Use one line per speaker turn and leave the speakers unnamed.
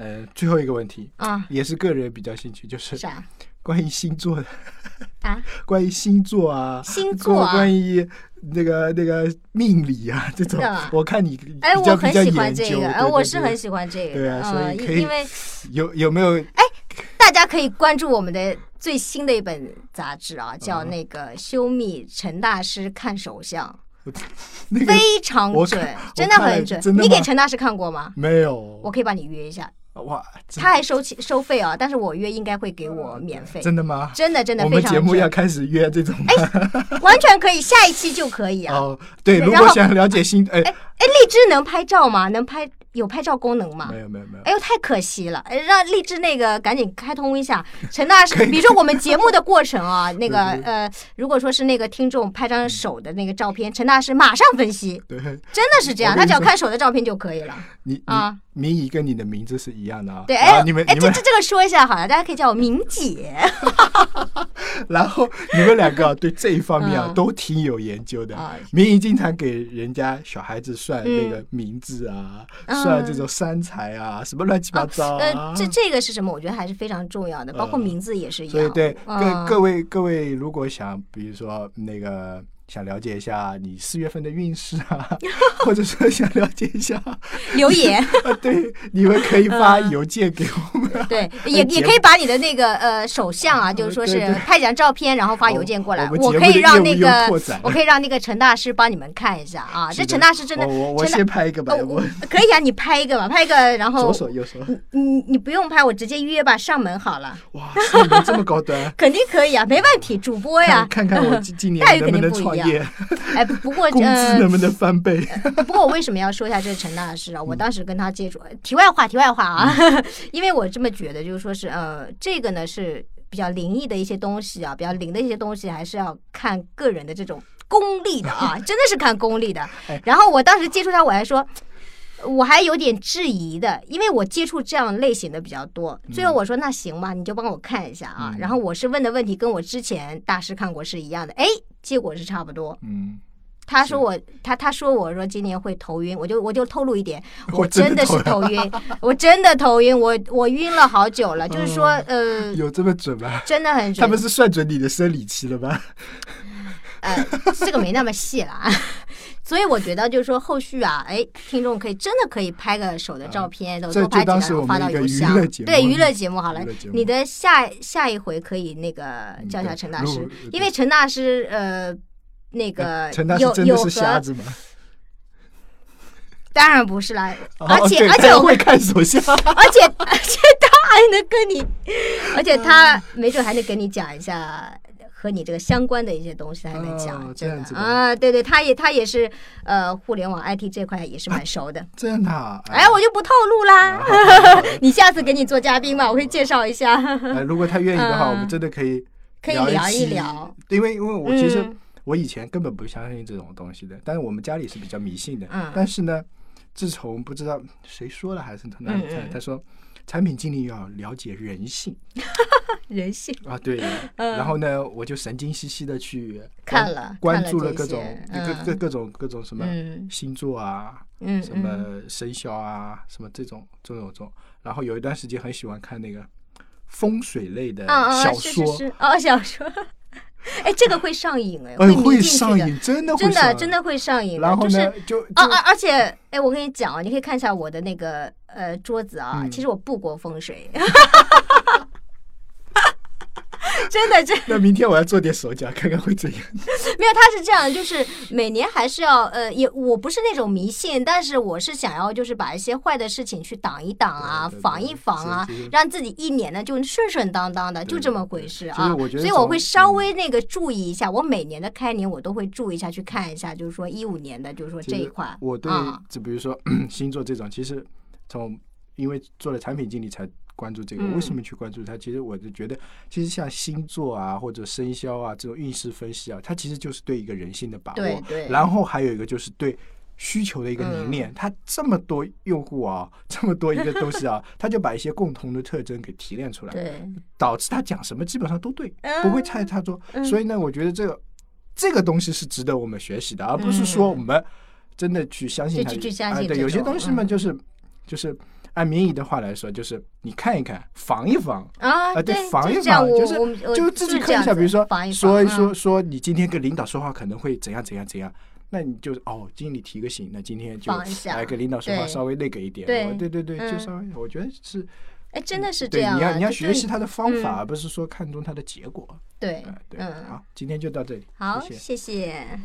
呃，最后一个问题
啊
也是个人比较兴趣，就是啊
啥
关于星座的，
啊？
关于星座啊，
星座啊
关关于那个那个命理啊这种
真的啊，
我看你比
哎，
较
我很
比较
喜欢
研
这
究，
个，哎，
对
我
对
是
对
很喜欢这个
对啊
的，
所以
嗯，
可以
因因为
有有没有
大家可以关注我们的最新的一本杂志啊，叫
嗯
那个《修密陈大师看手相
那》，个
非常
我
准
看，
真的
我看了
很准
真。的
你
吗
给陈大师看过吗？
没有？
我可以帮你约一下，
哇，真
他还收钱收费啊，但是我约应该会给我免费，
真的吗？
真的真的
我
非
们
常
节目要
准，
开始约这种吗
完全可以，下一期就可以 啊。
哦，对，
对
如
然
果
后
想了解星，哎，
哎，荔枝能拍照吗？能拍有拍照功能吗？
没有没有没有，
哎呦，太可惜了！哎让荔枝那个赶紧开通一下。陈大师，比如说我们节目的过 程啊，那个
对对
呃，如果说是那个听众拍张手的那个照片，陈大师马上分析，
对
真的是这样，
我
他
跟你
只要
说
看手的照片就可以了
你你
啊。
明仪跟你的名字是一样的啊。
对，
然后
哎，
你们
哎，
你
这
们，
这这个说一下好了，大家可以叫我明姐。
然后你们两个啊对这一方面啊
嗯
都挺有研究的
啊。
明仪经常给人家小孩子算
嗯
那个名字啊，
嗯
算这种三才啊，什么乱七八糟
呃
啊，。
这这个是什么？我觉得还是非常重要的，包括
嗯
名字也是一
所以
样。
对各
嗯
各位各位，如果想比如说那个。想了解一下你四月份的运势 啊，或者说想了解一下，啊，
留 言，
对，你们可以发
嗯
邮件给我们啊，
对，也也
节目嗯
可以把你的那个呃手相啊，就是说是
对对哦
拍几张照片，然后 发邮件过来，
我
我
我们节目
可以
的
让
业
那
务又
个
扩 展
我可以让那个陈大师帮你们看一下啊。这
是的
陈大师真的
我我我
陈大
先拍一个吧，
哦
我
可以啊，你拍一个吧，拍一个，然后
左手右手，
你你不用拍，我直接约吧，上门好了，，
哇，像你们这么高端
肯定可以啊，没问题，主播 呀
看，看看我今 今
待遇
年能能
肯定啊不一
创
样
业，
哎，不 过
工资
呃
能，不能翻倍？
不过我为什么要说一下这个陈大师
嗯
啊？我当时跟他接触，题外话，题外话啊， 因为我这么觉得，就是说是呃，这个呢是比较灵异的一些东西啊，比较灵的一些东西，还是要看个人的这种功力的啊，真的是看功力的
哎。
然后我当时接触他，我还说。我还有点质疑的，因为我接触这样类型的比较多。最后我说那行吧，你就帮我看一下啊。
嗯
然后我是问的问题跟我之前大师看过是一样的，哎，结果是差不多。
嗯，
他说
是
我他他说我说今年会头晕，我就我就透露一点，
我
真
真
的
的
是头晕，我真的头晕，我我晕了好久了，就是说呃，
有这么准吗？
真的很
嗯他们是
准，
算准你的生理期了 吗？
呃，这个没那么细了啊。 所以我觉得就是说，后续啊，哎，听众可以真的可以拍个手的照片，都
嗯这
多拍
就
几张，
当是
然后
我
发
们
到
一个
邮
娱
箱
乐节。目
对娱乐节目好了
娱乐节，目
你的下下一回可以那个叫一下
嗯对
陈大师
如，
因为陈大师呃那个
哎 陈大师
有
真
有
的是
和
瞎子吗？
当然不是啦，
哦
而且
对
而
他
且
也
我
会看手 相，
而且而且他还能跟你，
嗯
而且他没准还能跟你讲一下和你这个相关的一些东西，他还能讲，
哦这
真
样子
的
的
啊，对对，他也他也是呃，互联网 IT 这块也是蛮熟的。
这样的啊。
哎，我就不透露啦
好好好好好，
你下次给你做嘉宾吧，我会介绍一下，
哎如果他愿意的话，
嗯
我们真的可以
可以聊
聊
一
期
聊。
因为因为我其实
嗯
我以前根本不相信这种东西的，但是我们家里是比较迷信的。
嗯
但是呢，自从不知道谁说了还是哪里
嗯
看
嗯，
他说产品经理要了解人性
人性
啊，对。然后呢，我就神经兮兮的去
嗯看
关
了
关
看了
注
这
了各
些
种各
嗯
各各种各种什么
嗯
星座啊，
嗯
什
嗯，
么生肖啊，什么这种这种这种。然后有一段时间很喜欢看那个风水类的
啊啊，
呃小
啊是是
说，
是，哦，小说， 哎，这个会上瘾哎，
哎，
迷
会
进去
上
的，
瘾，真的
真
会上
的
瘾
真。的会上瘾的，
然后
就是
呢，就
啊
就
啊！而且，哎，我跟你讲啊，你可以看一下我的那个呃桌子啊，
嗯
其实我布过风水， 真的，这
那明天我要做点手脚，看看会怎样。
没有，他是这样，就是每年还是要呃，也我不是那种迷信，但是我是想要就是把一些坏的事情去挡一挡啊
对，对
防一防啊
是是是，
让自己一年呢就顺顺当当的，就这么回事啊。
就是我觉得
所以我
从嗯
会稍微那个注意一下，我每年的开年我都会注意一下去看一下，就是说一五年的，就是说这一块啊，
我对，就比如说 星座这种，其实从因为做了产品经理才关注这个。
嗯
为什么去关注它？其实我就觉得，其实像星座啊，或者生肖啊这种运势分析啊，它其实就是对一个人性的把握。
对对嗯
然后还有一个就是对。需求的一个凝练，它这么多用户啊，这么多一个东西啊，它就把一些共同的特征给提炼出来。
对。
导致他讲什么基本上都对，
嗯
不会猜他说。
嗯
所以呢，我觉得这个这个东西是值得我们学习的，而不是说我们真的去相信
嗯就
他。
去去相信
啊对，
这
有些
种
东西嘛，
嗯
就是就是。按民意的话来说，就是你看一看，防一防。
啊
啊，
对，
防一
就这样
防，
我
就
我
是
我
就自己
呃这
看一
样
下，比如
子
说
防一
说
防
一说
嗯
说你今天跟领导说话可能会怎样怎样怎样，那你就是哦，经理提个醒，那今天就哎
防一下
来跟领导说话
对
稍微那个一点，
对
我对对对，就
嗯
稍微，我觉得是
哎，真的是这
对，
样啊，
你要你要
就是
学习他的方
嗯
法，而不是说看重他的结果。
对
啊，对，
嗯，
好，今天就到这里，
好，
谢谢。
谢谢